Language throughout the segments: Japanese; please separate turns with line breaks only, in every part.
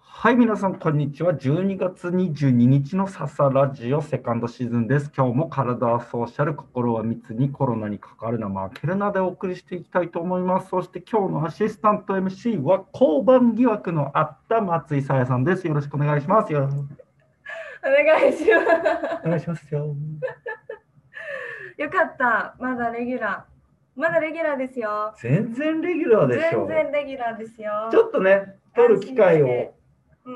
はい、皆さん、こんにちは。12月22日の笹ラジオセカンドシーズンです。今日も体はソーシャル、心は密に、コロナにかかるな、負けるなでお送りしていきたいと思います。そして今日のアシスタント MC は、交番疑惑のあった松井さやさんです。よろしくお願いします。よろしく
お願いしま
お願いしますよ。
す。 よかった。まだレギュラー。まだレギュラーですよ。
全然レギュラーでしょ
全。然レギュラーですよ。
ちょっとね、取る機会を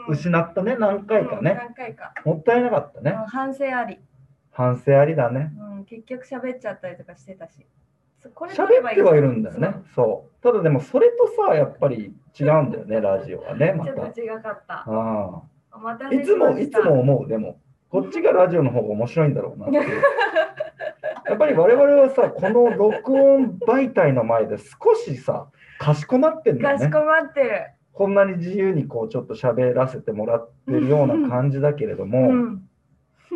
うん
失ったね、何回か
うん
ね。
何回か。
もったいなかった
う
ね。
ん反省あり、
反省ありだね。
うん。結局喋っちゃったりとかしてたし。そこれ
喋
撮れば
ってはいるんだよ
そ
ね。そう。ただでもそれとさ、やっぱり違うんだよね、ラジオはね、ま
うち
た
ょっ。と違かった。
あ
お待た
あ
せし
い
ま
つも、
し
いつ
た
も思う、でも、こっちがラジオの方が面白いんだろうなって いう。やっぱり我々はさ、この録音媒体の前で少しさ、かしこまってんだ
か
よ
し
ね。
こまってる。
こんなに自由にこうちょっと喋らせてもらってるような感じだけれど
う
も、
ん。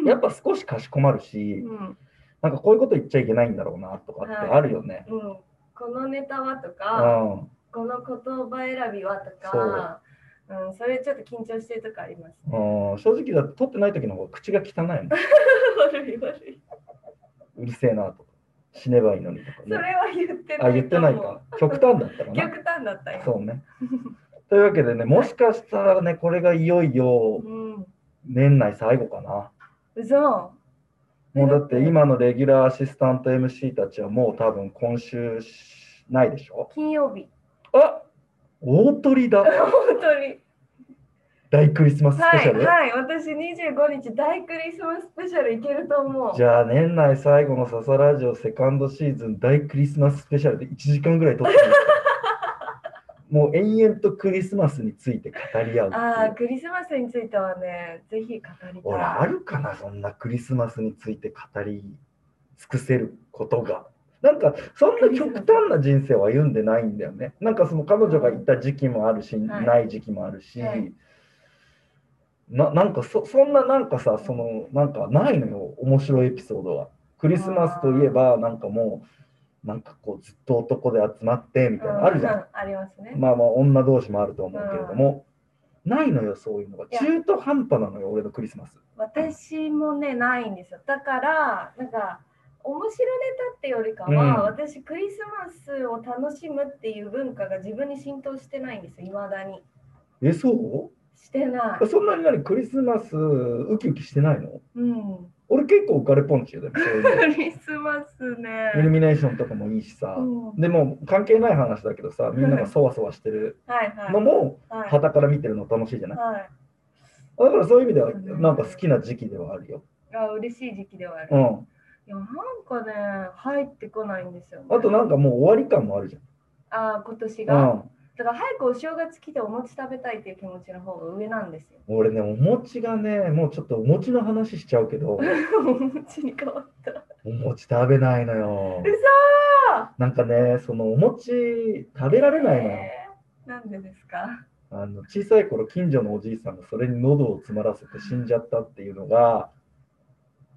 やっぱ少しかしこまるし、
うん。
なんかこういうこと言っちゃいけないんだろうなとかってあるよね。
うん。このネタはと
う
か、
ん。
この言葉選びはとか、うん、それちょっと緊張してるとかありますね。
うん正直だって撮ってない時の方が口が汚いもん。
悪い悪い。
うるせえなとか、死ねばいいのにとか
それ
ね。
は言ってな
あ、
い。
言ってないか。。極端だったかな。
逆端だったよ。
そうね。というわけでね、もしかしたらね、これがいよいよ
うん。
年内最後かな。
嘘。
もうだって今のレギュラーアシスタント MC たちはもう多分今週しないでしょ。
金曜日。
あ大鳥だ。
本当に。
大クリスマススペ
は
シャ
い
ル。
はい。私二十五日大クリスマススペシャルいけると思う。
じゃあ年内最後のササラジオセカンドシーズン大クリスマススペシャルで1時間ぐらい撮ってますもう延々とクリスマスについて語り合うって
あ
い
あ
う。
クリスマスについてはね、ぜひ語り
俺あ
たい。
るかなそんなクリスマスについて語り尽くせることが。なんかそんな極端な人生を歩んでないんだよね。なんかその彼女がいた時期もあるし、
はい
ない時期もあるし、
はい
ななんかそそんななんかさそのなんかないのよ面白いエピソードは。クリスマスといえばなんかもうなんかこうずっと男で集まってみたいなのあるじゃん
う。 ありますね。
まあまあ女同士もあると思うけれども、ないのよそういうのが
や
中途半端なのよ俺のクリスマス
私もねないんですよだからなんか面白ネタってよりかは、
うん
私クリスマスを楽しむっていう文化が自分に浸透してないんですよいまだに
えそ
してないう
そんなに何クリスマスウキウキしてないの
うん
俺結構ガレポンチよでもそう いうの
クリスマス
イル
ね
ミネーションとかもいいしさ、
うん
でも関係ない話だけどさみんながそわそわしてる
はいはい
のも
はい
傍から見てるの楽しいじゃない
はい
だからそういう意味では
うん
なんか好きな時期ではあるよ、
あ嬉しい時期ではある、
う
い
ん、
やなんかね入ってこないんですよね、
あとなんかもう終わり感もあるじ
あ今年
ゃ
が、
ん、うん、
だから早くお正月来てお餅食べたいっていう気持ちの方が上なん ですよ
俺ねお餅がねもうちょっとお餅の話しちゃうけ ど
お餅に変わった
お餅食べないのよ
嘘
なんかねそのお餅食べられないのよ
えーなんでですか。
あの小さい頃近所のおじいさんがそれに喉を詰まらせて死んじゃったっていうのが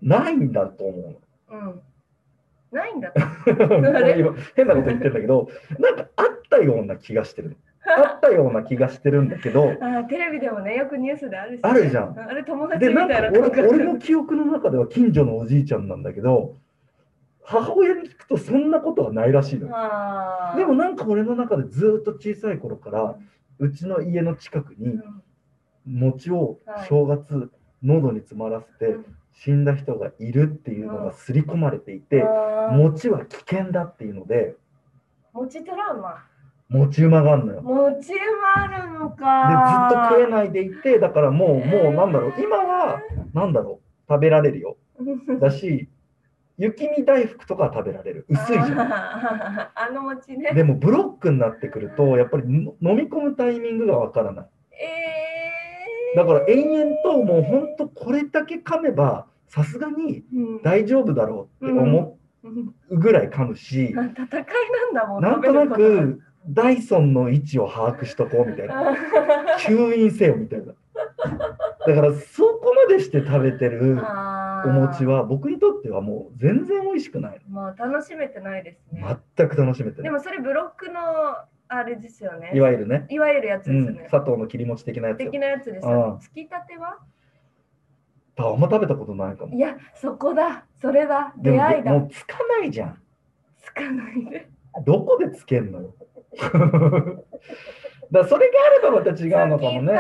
ないんだと思うの
うん。ないん だって。 れ
今変なこと言ってんだけどなんかあったような気がして るのあったような気がしてるんだけど
あー、テレビでもね、よくニュースであるし、ね。
あるじゃん
うあれ友達
で
み
なん
た
か
いな
俺俺
も
の記憶の中では近所のおじいちゃんなんだけど母親に聞くとそんなことはないらしいのよ
ああ。
でも。なんか俺の中でずっと小さい頃からうちの家の近く
う
に
ん。
餅を
はい
正月喉に詰まらせて死んだ人がいるっていうのが刷り込まれていて
あー
餅は危険だっていうので
餅トラウマ。
餅馬があるのよ。
餅もあるの
でず
か。
っと食えないでいてだからもうもうなんだろう
えー
今はなんだろう食べられるよだし雪見大福とかは食べられる薄いじゃん。
ゃん。 あの餅ね。
でもブロックになってくるとやっぱりの飲み込むタイミングがわからない。
ええー。
だから延々ともうほんとこれだけ噛めばさすがに
うん。
大丈夫だろうって思
うん
うぐらい噛むし、
戦いなんだもん。
なんとな
食べる
くダイソンの位置を把握しとこうみたい
こと
な
が。
吸引せよみたいなだからそこまでして食べてる
あ
お
ー
餅は僕にとってはもう全然美味しくない
まあ楽しめてないですね。
全く楽しめて
で
ない
もそれブロックのあれですよね。
いわゆるね、
いわゆるやつ
う
ですよ
ん、
ね。
砂糖の切り餅的なやつよ
的。なやつです
う
よ
ん
ね。つきたては
あんま食べたことないかも。
いや、そこだ。それだ。
で
出会い
も、
だ。
もうつかないじゃん。
つかないで。
どこでつけんのよ。 だからそれがあればまた違うのかもね。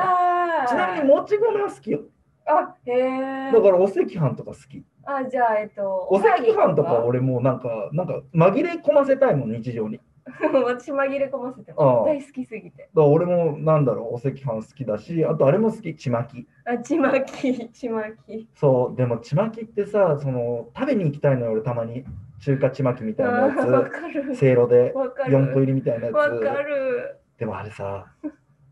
ちなみに
も。
もち米は好きよ。
あ、へ
だ
え
か。らお赤飯とか好き。
あ、じゃあ、えっと。
お赤飯とか
おは
俺もうなんか、なんか紛れ込ませたいもん、日常に。だか
ぎとか。 私紛れ込ませて
ああ
ます。大好きすぎて。
ら俺もなんだろう、お赤飯好きだし、あとあれも好き、ちまき。
あ、ちまき、ちまき。
そう、でもちまきってさ、その食べに行きたいのよ、俺たまに。中華ちまきみ
あ
たいな
ーわ
や
かる
つ。。せいろで
わか
4個入
る。
りみたいなや
わ
つ。
かる。
でもあれさ、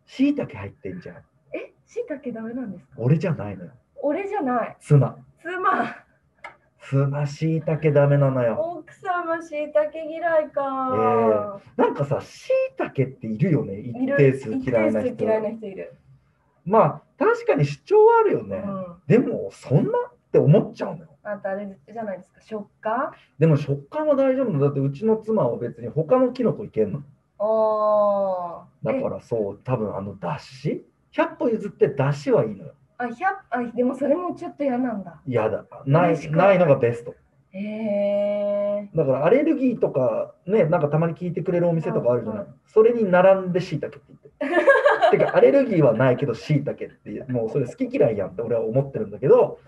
しいたけ入ってんじゃん。
え、しいたけダメなんですか
俺じゃないのよ。
俺じゃない。
ツナ。
妻。
ツナしいたけダメなのよ。
奥様しいたけ嫌いか、
なんかさ、しいたけっているよね、一
いる
定数嫌いな
一定数嫌い
人。
な人いる、
まあ、確かに主張はあるよ
う
ね。
ん、
でも、そんなって思っちゃうのよ。
あとあれじゃないですか食感
でも食感は大丈夫なの。だってうちの妻は別に他のキノコいけんの。
お
だかららそう、多分あの、だし ?100 歩譲ってだしはいいのよ。
あ百あでもそれもちょっと嫌なんだ
嫌だ。な
確か
い、
に
ないのがベスト。
へえ
だからアレルギーとか、ね、なんかたまに聞いてくれるお店とかあるじゃな
う
い。それに並んで椎茸って言って る。てか、アレルギーはないけど椎茸っていう、もうそれ好き嫌いやんって俺は思ってるんだけど、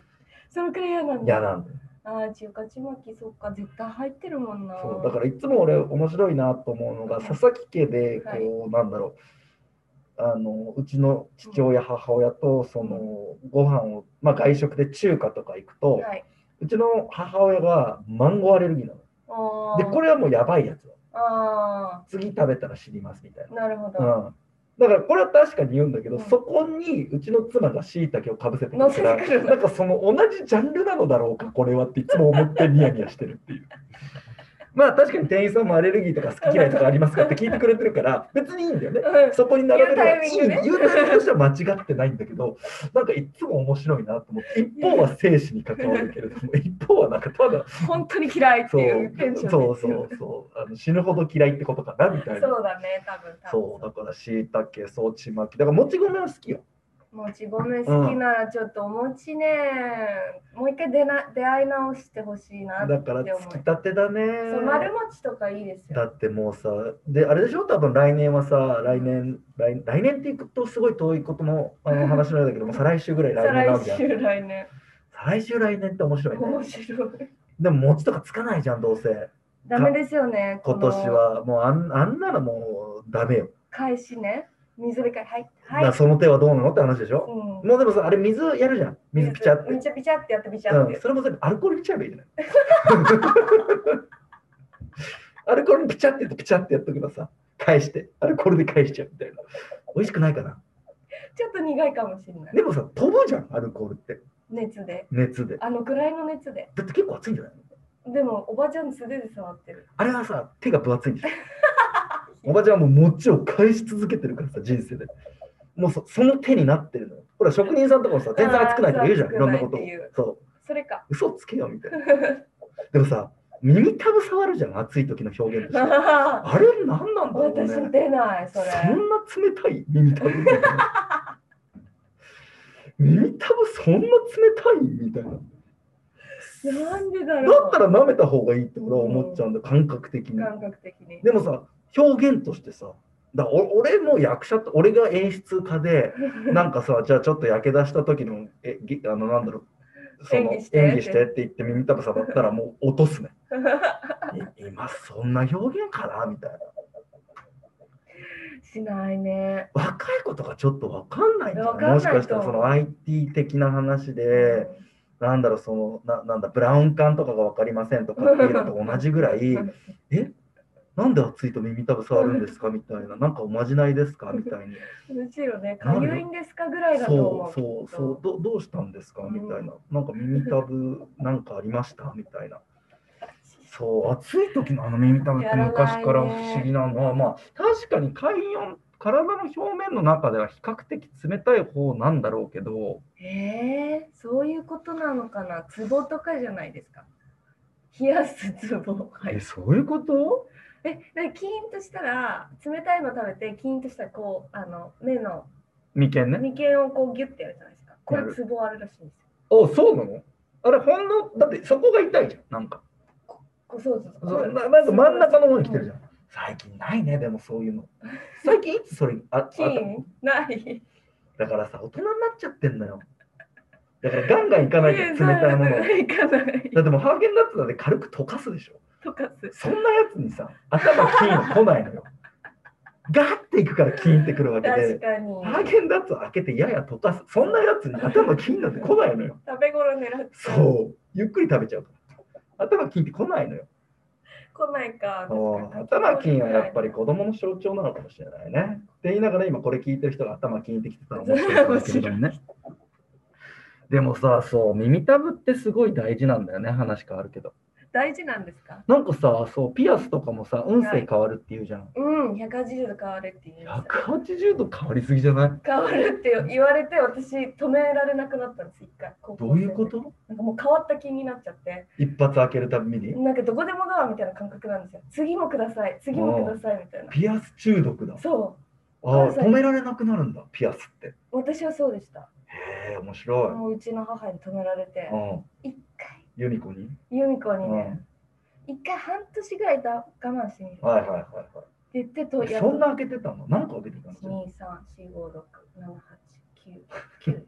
そのくらい嫌なんだ
嫌なんだよ。
あー中華ちまきそっか絶対入ってるもんな
そうだからいつも俺面白いなと思うのが、佐々木家で、こう、なんだろう。あのうちの父親、母親とそのご飯を、まあ、外食で中華とか行くと、
はいう
ちの母親がマンゴーアレルギーなの。
あ
で、こ
れ
れはもうやばいやつだ。
あ
次食べたら死にますみたい
ーなるほ
な。
ど、
うん。だからこれは確かに言うんだけど、
うん
そこにうちの妻が椎茸をかぶせてく
乗
る
せ
か
て
ら、
くるの
なんかその同じジャンルなのだろうか、これはっていつも思ってニヤニヤしてるっていう。まあ確かに店員さんもアレルギーとか好き嫌いとかありますかって聞いてくれてるから、別にいいんだよね。
うん
そこに並べるのはいい
言うタイミングね
言うタイミングとしては間違ってないんだけど、なんかいつも面白いなと思って、一方は生死に関わるけれど も、一方はなんかただ
本当に嫌いって
そう
いうテンション
そうそうそうあの死ぬほど嫌いってことかなみたいな
そうだね多分多
そ
分
うだからしいたけそうちまきだからもち米は好きよ
もち米好きならちょっとお餅ね、もう一回出な出会い直してほしいなって
だから
思い
つきたてだね
そう丸餅とかいいです
だ
よ。
ってもうさであれでしょ多分来年はさ来年来来年っていくとすごい遠いこともあの話のようだけども再来週ぐらい
再
来年なん
来
じゃん
週来年。
再来週来年って面白い
面
ね
白い。
でも餅とかつかないじゃんどうせ
ダメですよね。
今年はもうあんあんなのもうダメよ、
この。返しね。水でかい。は
だ
い。
から
はい。
その手はどうなのって話でしょ、
うん。
もうでもさ、あれ水やるじゃん。水ピチャって。
水ピチャってやってピチャっ
うん、
て。
それも全部アルコールにピチャればいいじ ゃないアルコールにピチャってやってピチャってやっとけばさ、返して、アルコールで返しちゃうみたいな。美味しくないかな。
ちょっと苦いかもしれない。
でもさ、飛ぶじゃん、アルコールって。
熱で。
熱で。
あのぐらいの熱で。
だって結構熱いんじゃないの
でもおばちゃん素手で触ってる。
あれはさ、手が分厚いん でしょ。おばちゃんはもう餅を返し続けてるからさ、人生で。もうそその手になってるのよ。ほら、職人さんとかもさ、全然熱くないとか言うじゃん、
あ
い
ー
ろんなことを
熱くないっていう。
そう。
それか。
嘘つけよみたいな。でもさ、耳たぶ触るじゃん、暑い時の表現と して。あれ何なんだろうね。
私
そんな
出ないそれ。
冷たい耳たぶ。 耳たぶそんな冷たいみたいな。
なんでだ
だ
ろう。
ったら舐めた方がいいって俺は思っちゃうんだよ、感覚的に。
感覚的に。
でもさ、表現としてさ、だお俺も役者と俺が演出家 で、なんかさ、じゃあちょっと焼け出した時の、え、ぎあの、なんだろう、その
演技
演
して
技してって言って耳たぶ触ったらもう落とすね。い今そんな表現かなみたいな
しないね。
若い子とかちょっとわかんないんじゃない
わかんない
もしかしたらその IT 的な話で、なんだろうそのななんだブラウン管とかが分かりませんとかっていうのと同じぐらいえなんで暑いと耳たぶ触るんですかみたいななんかおまじないですかみたいに
むしろね、か
なんで
ゆいんですかぐらいだと思。
そううそうそうどどうしたんですかみたいななんか耳たぶなんかありましたみたいな。そう暑い時のあの耳たぶって昔から不思議なのは、まあ確かに海温体の表面の中では比較的冷たい方なんだろうけど
ええそういうことなのかな。ツボとかじゃないですか。冷やすツボ。は
え
い。
そういうこと
え、なんかキーンとしたら、冷たいの食べて、キーンとしたら、こう、あの、目の、
眉間ね。
眉間をこうギュッてやるじゃないですか。これ、ツボあるらしいんですよ。
おそうなのあれ、ほんの、だってそこが痛いじゃん、なんか。
こうそうそうそ
そう
う。
ななんか真ん中の方に来てるじゃん。最近ないね、でもそういうの。最 近いつそれああっ
キーンない。
だからさ、大人になっちゃってんだよ。だからガンガンいかないじゃん、冷たいもの。だ
いかない。
ってもうハーゲンダッツだって軽く溶かすでしょ。
とかす。
そんなやつにさ、頭金は来ないのよ。ガーっていくから金ってくるわけ
確
で、
かに。
ハーゲンダッツを開けてやや溶かす、そんなやつに頭金なんて来ないのよ。
食べ頃狙って。
そう、ゆっくり食べちゃうから。頭金って来ないのよ。
来ないか。
そう頭金はやっぱり子供の象徴なのかもしれないね。って言いながら今これ聞いてる人が頭金ってきてたら面白いかもしれないね。でもさ、そう、耳たぶってすごい大事なんだよね、話変わるけど。
大事なんですか
なんかさ、そう、ピアスとかもさ、運勢変わるって言うじゃん。
うん、180度変わるって言いました。
180度変わりすぎじゃない
変わるって言われて、私、止められなくなったんです、一回。高校
ど
生
う
で
いうこと
なんかもう変わった気になっちゃって、
一発開けるたびに
なんかどこでもドアみたいな感覚なんですよ。次もください、次もくださいみたいな。
ピアス中毒だ。
そ
ああ、止められなくなるんだ、ピアスって。
う、私はそうでした。
へえ、面白
もううちの母に止められて
い。う、ん。
一回、
ユニコに
由美子に
う
ね、一回半年ぐらいだ我慢してみるって
はいはいはい
言ってと、
はい。そんな開けてたの何個開けてたの
1、2、3、4、5、6、7、8、9、9。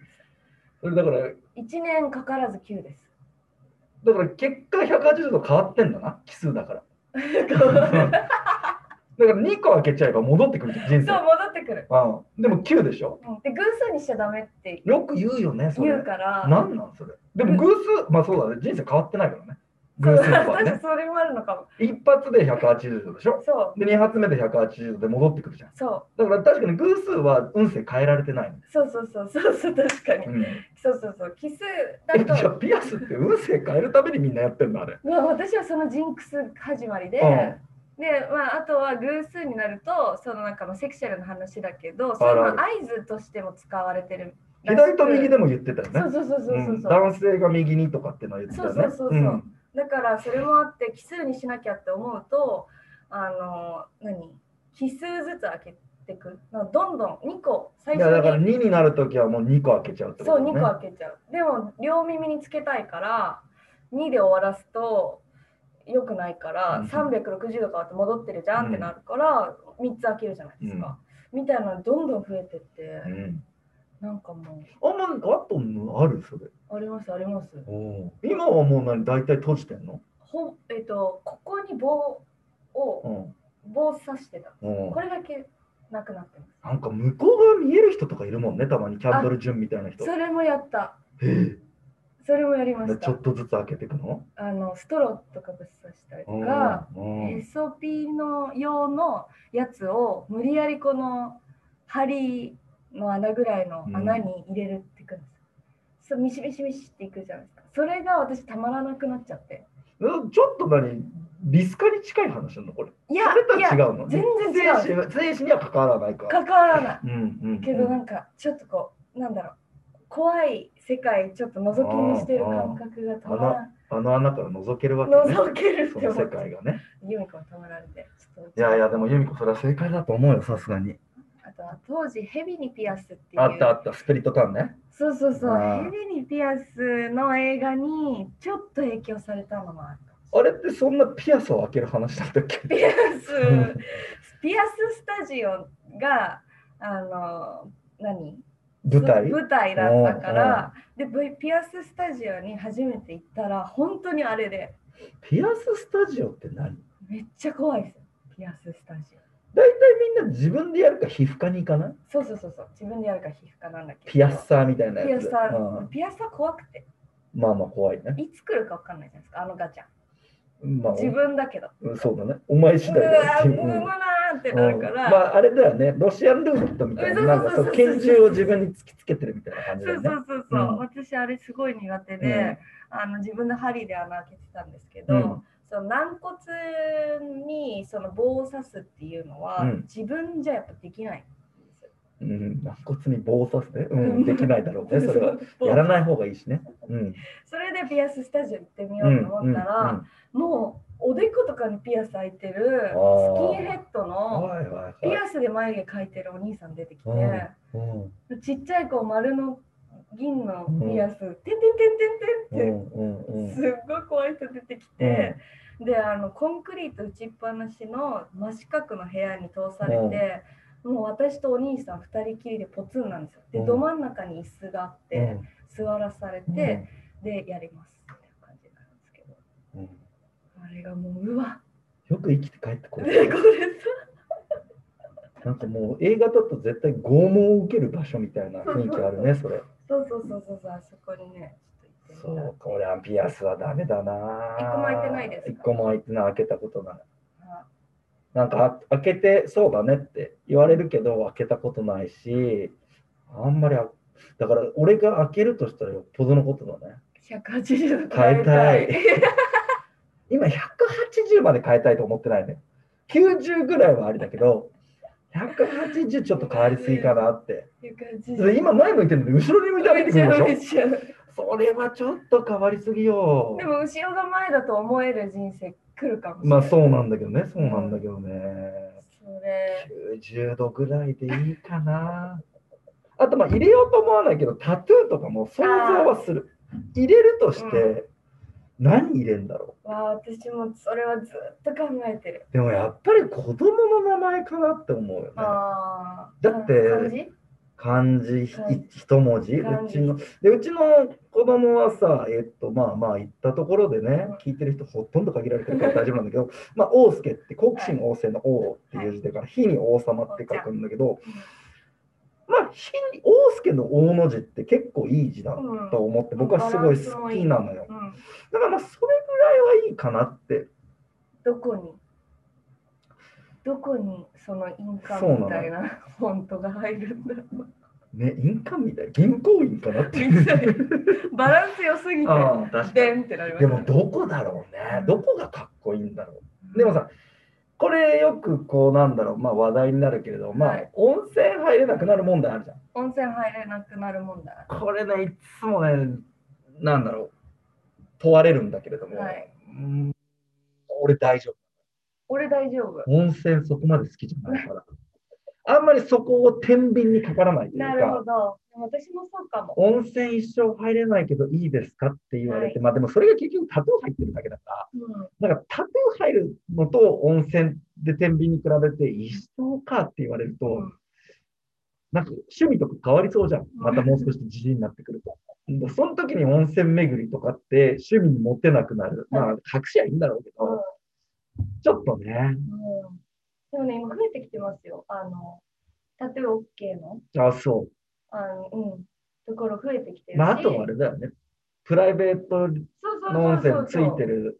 それだから、
1年かからず9です。
だから結果180度変わってんだな、奇数だ から。だから2個開けちゃえば戻ってくるじゃん人
そう、
生。
戻ってくる。
うん。でも9でしょ
うんで、偶数にしちゃダメって
よく言うよね、そ
言う
れ。
から、
なんなんそれ。でも偶数、まあそうだね、人生変わってないからね。偶数の場合
そう
ね
私。それもあるのかも。
一発で180度でしょ
そう、
で2発目で180度で戻ってくるじゃん
そう、
だから確かに偶数は運勢変えられてないの、
そうそうそうそうそう、確かに。
うん、
そうそうそう、奇数
え
だ
じゃあ
と、
ピアスって運勢変えるためにみんなやってんだあれ
まあ、私はそのジンクス始まりで、で、まあ、あとは偶数になると、そのなんかまあセクシャルの話だけど、それの合図としても使われてるらしく。
左と右でも言ってたよね
そうそうそうそうそう。
うん男性が右にとかってのは言ってたよね
そうそうそうそうだからそれもあって奇数にしなきゃって思うとあの何奇数ずつ開けてくのどんどん2個
う
最
ん、いやだか
初
ら
に
2になるときはもう2個開けちゃうってこ
そ
と
う
ね
2個開けちゃうでも両耳につけたいから2で終わらすと良くないから、
うん
360度変わって戻ってるじゃんってなるから、3つ開けるじゃないですか、みたいなのどんどん増えてって、
うん、
なんかも
あんまあとのあるそれ
うありますあります
今はもう何大体閉じてんの、
ほえっとここに棒
う
を
ん
棒刺してた
うん
こ、れだけなくなってます
なんか向こうが見える人とかいるもんねたまにキャンドル順みたいな人
それもやった。
えー
それもやりまし
ちょ
た
っ。とずつ開けていくの
あのストローとかぶっ刺したりとか、
うんうん
へそピーの用のやつを無理やりこの針の穴ぐらいの穴に入れるってくんです。そうミシミシミシっていくじゃないですか。それが私たまらなくなっちゃって。
ちょっと何リスカに近い話なのこれ。
いや
それと
いや
は違うの
全然違う
精神精神には関わらないから。
関わらない。
うんうんうん、
けどなんかちょっとこうなんだろう怖い世界ちょっと覗き見してる感覚がたまらん。
あの穴から覗けるわけね。
覗けるっ
そ
て
の
思
世
って。
界がね。
ユミコは止められて。ちょっと
いやいや、でも由美子、それは正解だと思うよ、さすがに。
あとは当時ヘビにピアスっていう
あったあった、スピリットターンね。
そうそうそう
あー
ヘビにピアスの映画にちょっと影響されたのもある
あれってそんなピアスを開ける話だったっけ
ピアス
ん
ピアススタジオがあの何
舞台
舞台だったからでブピアススタジオに初めて行ったら本当にあれで
ピアススタジオって何
めっちゃ怖いですよピアススタジオ
大体みんな自分でやるか皮膚科に行かない
そうそうそうそう自分でやるから皮膚科なんだけど
ピアッサーみたいな
ピ
や
ア
つ。
スさ
うん
ピアスは怖くて
まあまあ怖いね。
いつ来るか分かんないじゃないですかあのガチャ
まあ、
自分だけど
うんそうだね。お前次
う
第だよ
わ
っていう
ー、うまなーって
うん
なるか
ま
ら、
あ、あれだよね。ロシアンルーレットみたいな。
うん
なんか
そ
そう
そうそうそう
う、拳銃を自分に突きつけてるみたいな感じだ
そ
よ
うそ
ね。
うそうそう、
うん
私あれすごい苦手で、あの自分の針で穴開けてたんですけど、
うん
その軟骨にその棒を刺すっていうのは、
うん
自分じゃやっぱできないんですよ。
うん。うん。軟骨に棒を刺すね。うん。できないだろうね。 それは。
そう
やらない方がいいしね。うん。
それでピアススタジオ行ってみようと思ったら、
うんうんうん
もうおでことかにピアス開いてる
あー
スキンヘッドの
はいはい
ピ
はい。
アスで眉毛描いてるお兄さん出てきて、
うん
ちっちゃい子丸の銀のピアス、てんてんてん
う
てんてんって、
んうんうん。
すっごい怖い人出てきて、であのコンクリート打ちっぱなしの真四角の部屋に通されて、もう私とお兄さん2人きりでポツンなんですよ。で、
うん
ど真ん中に椅子があって、座らされて、
うん、
でやりますっていう感じなんですけど
うん
あれがもううわ
よく生きて帰ってこ
こ
い。
れさ
なんかもう映画だと絶対拷問を受ける場所みたいな雰囲気あるね、それ。
そうそうそうそうそうあそこにねちょっと
そ
行ってみ
う、これはピアスはダメだな。
一個も開いてないですか
一個も開いてない、開けたことない。
たあ
なんかあ開けてそうだねって言われるけど開けたことないしあんまりあだから俺が開けるとしたらよっぽどのことだね
180度
変えたい
変え
今180まで変えたいと思ってないね90ぐらいはありだけど180ちょっと変わりすぎかなって
たいいう感じ
で今前向いてるのに後ろに向いて歩いてくるでしょ
めちゃめちゃ
それはちょっと変わりすぎよ
でも後ろが前だと思える人生来るかもしれな
ま
い
あそうなんだけどねそうなんだけどね、
それ
90度ぐらいでいいかな。あとまあ入れようと思わないけどタトゥーとかも想像はする。入れるとして、何入れんだろ
わあ私もそれはずっと考えてる
うでもやっぱり子供の名前かなって思うよね。
ああ
だって
感じ
漢字ひ
漢字
一文字
漢字
うちのでうちの子供はさえっとまあまあ言ったところでね
うん
聞いてる人ほとんど限られてるから 大丈夫なんだけどまあ王介って好奇心旺盛の王っていう字だから火に王様って書くんだけどまあ火に王介の王の字って結構いい字だ
うん
と思って僕はすごい
バランス
好
もいい
きなのよ
うん
だからまあそれぐらいはいいかなって
どこにどこにその印
そうな
鑑
の
みたいな フォントが入るんだろう
ね印鑑みたい銀行員かなっていう
みたいバランス良すぎて
ああ 確かに
でんってなりま
で
し
も
た
どこだろうね
うん
どこがかっこいいんだろうでもさ、これよくこうなんだろう、まあ話題になるけれど、ま
は
あ
い
温泉入れなくなる問題あるじゃん。
温泉入れなくなるもんだ
これね、いつもね、なんだろう、問われるんだけれども、
はい
うん俺大丈
俺大丈夫
夫。温泉そこまで好きじゃないから。あんまりそこを天秤にかからないという
なるほ
か、
どでも私もそうかも
温泉一生入れないけどいいですかって言われて、まあでもそれが結局タトゥー入ってるだけだから、
うん
なんかタトゥー入るのと温泉で天秤に比べて一緒かって言われると、
うん
なんか趣味とか変わりそうじゃん。またもう少し自由になってくると。でその時に温泉巡りとかって趣味に持てなくなる。まあ、隠しはいいんだろうけど、ちょっとね。
うんでもね今増えてきてますよあのタトゥー OK の
あ、そ
あのうんところ増えてきて
う。
るし、
まあ、あとはあれだよね。プライベート
そうそう
の温
そう
泉
そう
ついてる。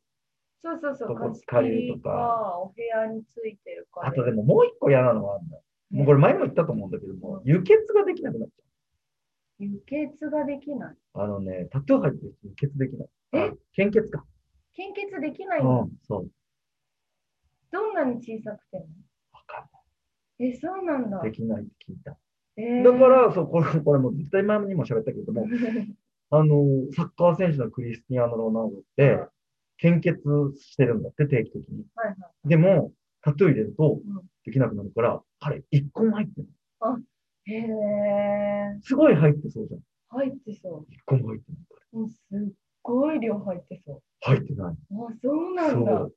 そうそうそう
とこ
貸し
借
切
りる
り
とか
かお部屋についてるから
あとでももう一個嫌なのはあるんだよ。もうこれ前も言ったと思うんだけども、輸血ができなくなっち
輸血ができない。
ゃう。あのね、タトゥー入ってる人輸血できない。あ
え
献血か。
献血できないの、
うん、そう。
どんなに小さくても。
わか
え、そうなんだ
んな。い。できないって聞いた。
え
だから、そう、これ、これもう絶対前にも喋ったけれども、あの、サッカー選手のクリスティアーノ・ロナウドって
うん、
献血してるんだって、定期的に。
はいはい
でも、タトゥー入れると
ん、
できなくなるから、彼、一個も入ってない。
へえ、
すごい入ってそうじゃん。
入ってそ
一個も入ってない。
う。もうすっごい量入ってそ
入ってない。
う。あ、そうなんだ。
そう。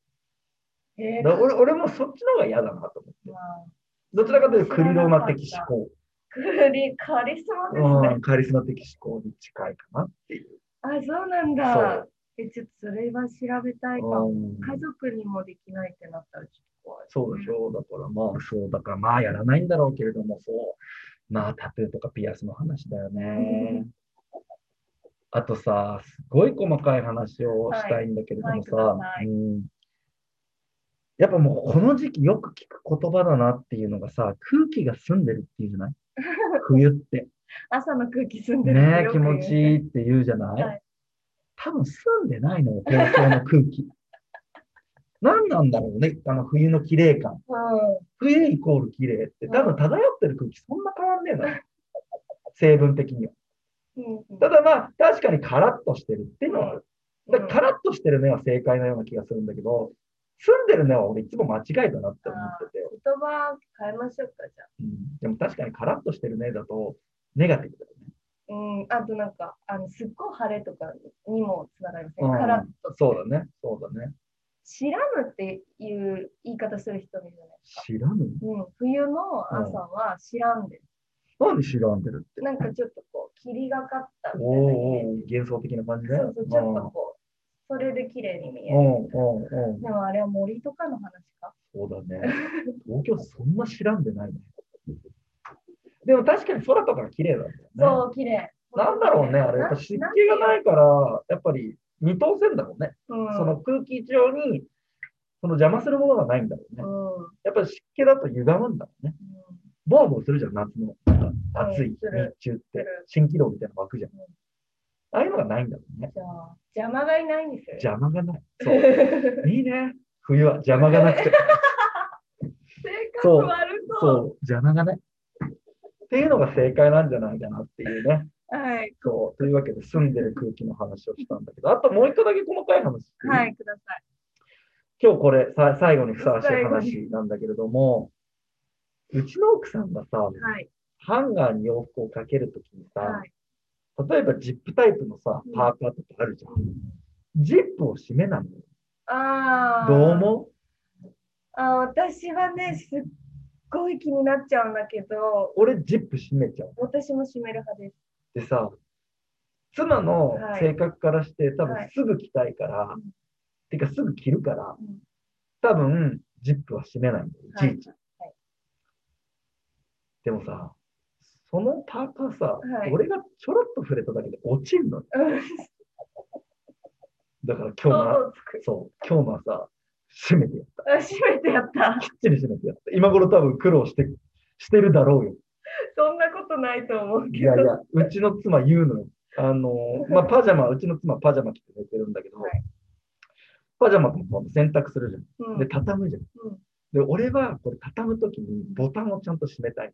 え
だ
ー、
から俺俺もそっちの方が嫌だなと思って。
まあ、
どちらかというと、クリローナ的思考。
クリ、カリスマですね。
うん、カリスマ的思考に近いかなっていう。
あ、そうなんだ。え、ちょっとそれは調べたいか
そう
も。
うん
家族にもできないってなったらちょっと怖い。
そうでしょう。だからまあそう、だからまあやらないんだろうけれども、そう。まあタトゥーとかピアスの話だよ
う
ね。あとさ、すごい細かい話をしたいんだけれどもさ、
はいはいください
うん、やっぱもうこの時期よく聞く言葉だなっていうのがさ、空気が澄んでるっていうじゃない 冬って。
朝の空気澄んでるって
ね
よ
気
く言う
持ちいいって言うじゃない、
はい
多分澄んでないのよ、東京の空気。 何なんだろうね、あの冬の綺麗感。
う
冬イコール綺麗って、多分漂ってる空気そんな変わんねえな。成分的には。
ん。うん。
ただまあ、確かにカラッとしてるっていうのはある。だ
う
か
ん
らカラッとしてる目は正解なような気がするんだけど、住んでるのは俺いつも間違えたなって思ってて、
言葉変えましょうか、じゃあ。
うんでも確かにカラッとしてるねだと、ネガティブだよね。
うん、あとなんか、あのすっごい晴れとかにもつながりませ。
うんん
カラッとして。
そうだね、そうだね。
知らぬっていう言い方する人もいるよね。
知らぬ
うん、冬の朝は知らんで、
なんで知らんでるって。
なんかちょっとこう、霧がかったみたいなイメージ
おーおー幻想的な感じね。
そうそう、ちょっとこう、それで綺麗に見え
う
る。
んうんうんうん
でもあれは森とかの話か。
そうだね。東京そんな知らんでないね。でも確かに空とか綺麗だったよね。
そう、綺麗。。
なんだろうね、あれ。やっぱ湿気がないいから、やっぱり見通せんだろうね。
うん、
その空気上に、その邪魔するものがないんだろうね
う。ん、うん。
やっぱり湿気だと歪むんだろうね。ボーボーするじゃん、夏の。暑い日
する
中って
る。
蜃気楼みたいなの湧くじゃん。ああいうのがないんだろうね。
じゃあ、邪魔がいないんです よ。
邪魔がない。そう。いいね。冬は邪魔がな くて。
性格悪そう。
そう。邪魔がない。っていうのが正解なんじゃないかなっていうね。
はい、
そう。というわけで、住んでる空気の話をしたんだけど、あともう一個だけ細かい話。
はい、ください。
今日これさ、最後にふさわしい話なんだけれども、うちの奥さんがさ、
はい、
ハンガーに洋服をかけるときにさ、
はい。
例えばジップタイプのさ
うん、
パーカーとかあるじゃん。ジップを閉めないのよ
ああ。
どう思
あー私はね、すっごい気になっちゃうんだけど、
う俺ジップ閉めちゃう。
私も閉める派です。
でさ、妻の性格からして、多
は
分
い
すぐ着たいから、
うん
てかすぐ着るから、
うん
多分ジップは閉めないんだよ、
はい
いちいち
はい
でもさ、そのパーカーさ、
はい
俺がちょろっと触れただけで落ちるのよ。
うん
だから今日の、
想像つく。
そう、今日の朝、閉めてやっ
あ閉めてやった
た。。きっちり閉めてやった。今頃多分苦労して、してるだろうよ。
そんなことないと思う
い
けど。
やいや、うちの妻言うのよ。あのー、まあ、パジャマ、うちの妻パジャマ着て寝てるんだけど、
はい
パジャマも洗濯するじゃ
うん
ん。で、畳むじゃん。
うん
で、俺はこれ畳むときにボタンをちゃんと閉めたい。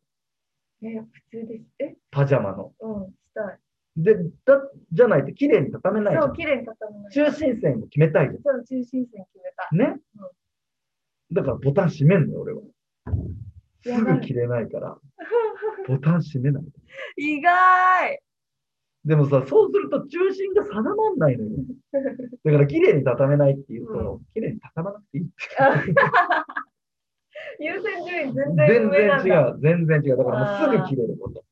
ね、普通です。え、
パジャマの。
うん、したい。
で、だじゃないと綺麗に畳めないじゃ
そ
ん
う、綺麗に畳むの。そ
中心線を決めたいじ
う、中心線決めた。
ゃん。ね、だからボタン閉めんのよ、俺は。す
やば
ぐ
い
切れないから、ボタン閉めない。
意外
でもさ、そうすると中心が定まんない のよ。だから綺麗に畳めないって言うと、綺麗に畳まなくていいって
優先順位全
全
然上
然
なん
違
だ。
う、全然違う。だからもうすぐ切れること。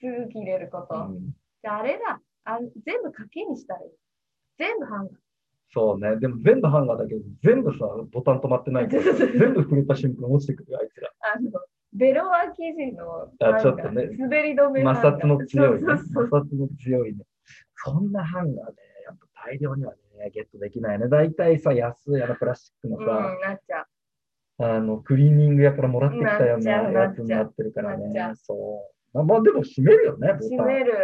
すぐ切れること。
うん
じゃあ、あれだあ。全部賭けにしたらいい。全部ハン
そうね。でも全部ハンガーだけど、全部さ、ボタン止まってない から、全部触れた瞬間落ちてくるよ、あいつら。
あの、ベロワ生地の
あちょっ
ハ
と
ン
ね
ガー滑り止め
摩
ハンガー
擦の強い、ね、
そ
摩
うそうそう
擦の強いね。そんなハンガーね、やっぱ大量にはね、ゲットできないね。大体さ、安いあのプラスチックの
う
さ、
ん、なっちゃう。
あの、クリーニング屋からもらってきたような
なっちゃう
やつになってるから
なっちゃう
ね。そう。まあまあでも閉めるよね、ボ
閉
タン。
める。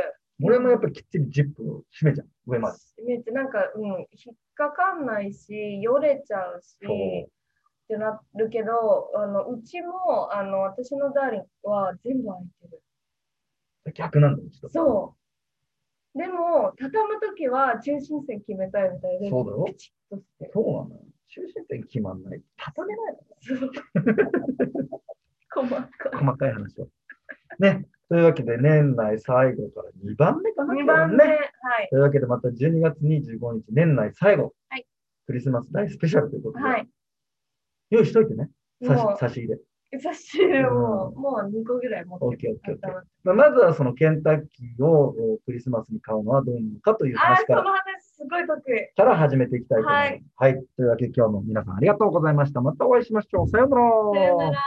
俺もやっぱりきっちりジップを閉めちゃう、上まで。
めっちゃなんか、うん、引っかかんないし、よれちゃうし、
そ
ってなるけど、あのうちもあの私のダーリンは全部開いてる。
う。逆なんだよ、ちょっと。
そう。でも、畳むときは中心線決めたいみたいで、
そうだろ
ピチッとして。
そうなのよ。中心点決まんない。畳めないの
細かい。
細かい話を。ね。というわけで、年内最後から2番目かな
2番
今
目、
日
は
ね
い。
というわけで、また12月25日、年内最後、
はい
クリスマス大スペシャルということで、
はい。
用意しといてね、差し
もう、
差し入れ。
差し入れも、もう2個ぐらい持ってる。
オッケーオッケーオッまあ、まずは、そのケンタッキーをえークリスマスに買うのはどうなのかという
ああ、
話
そ
か
の
ら
話すごい得意。
から始めていきたいと思います。
は
はいい、というわけで、今日も皆さんありがとうございました。またお会いしましょう。さようなら。
さよなら。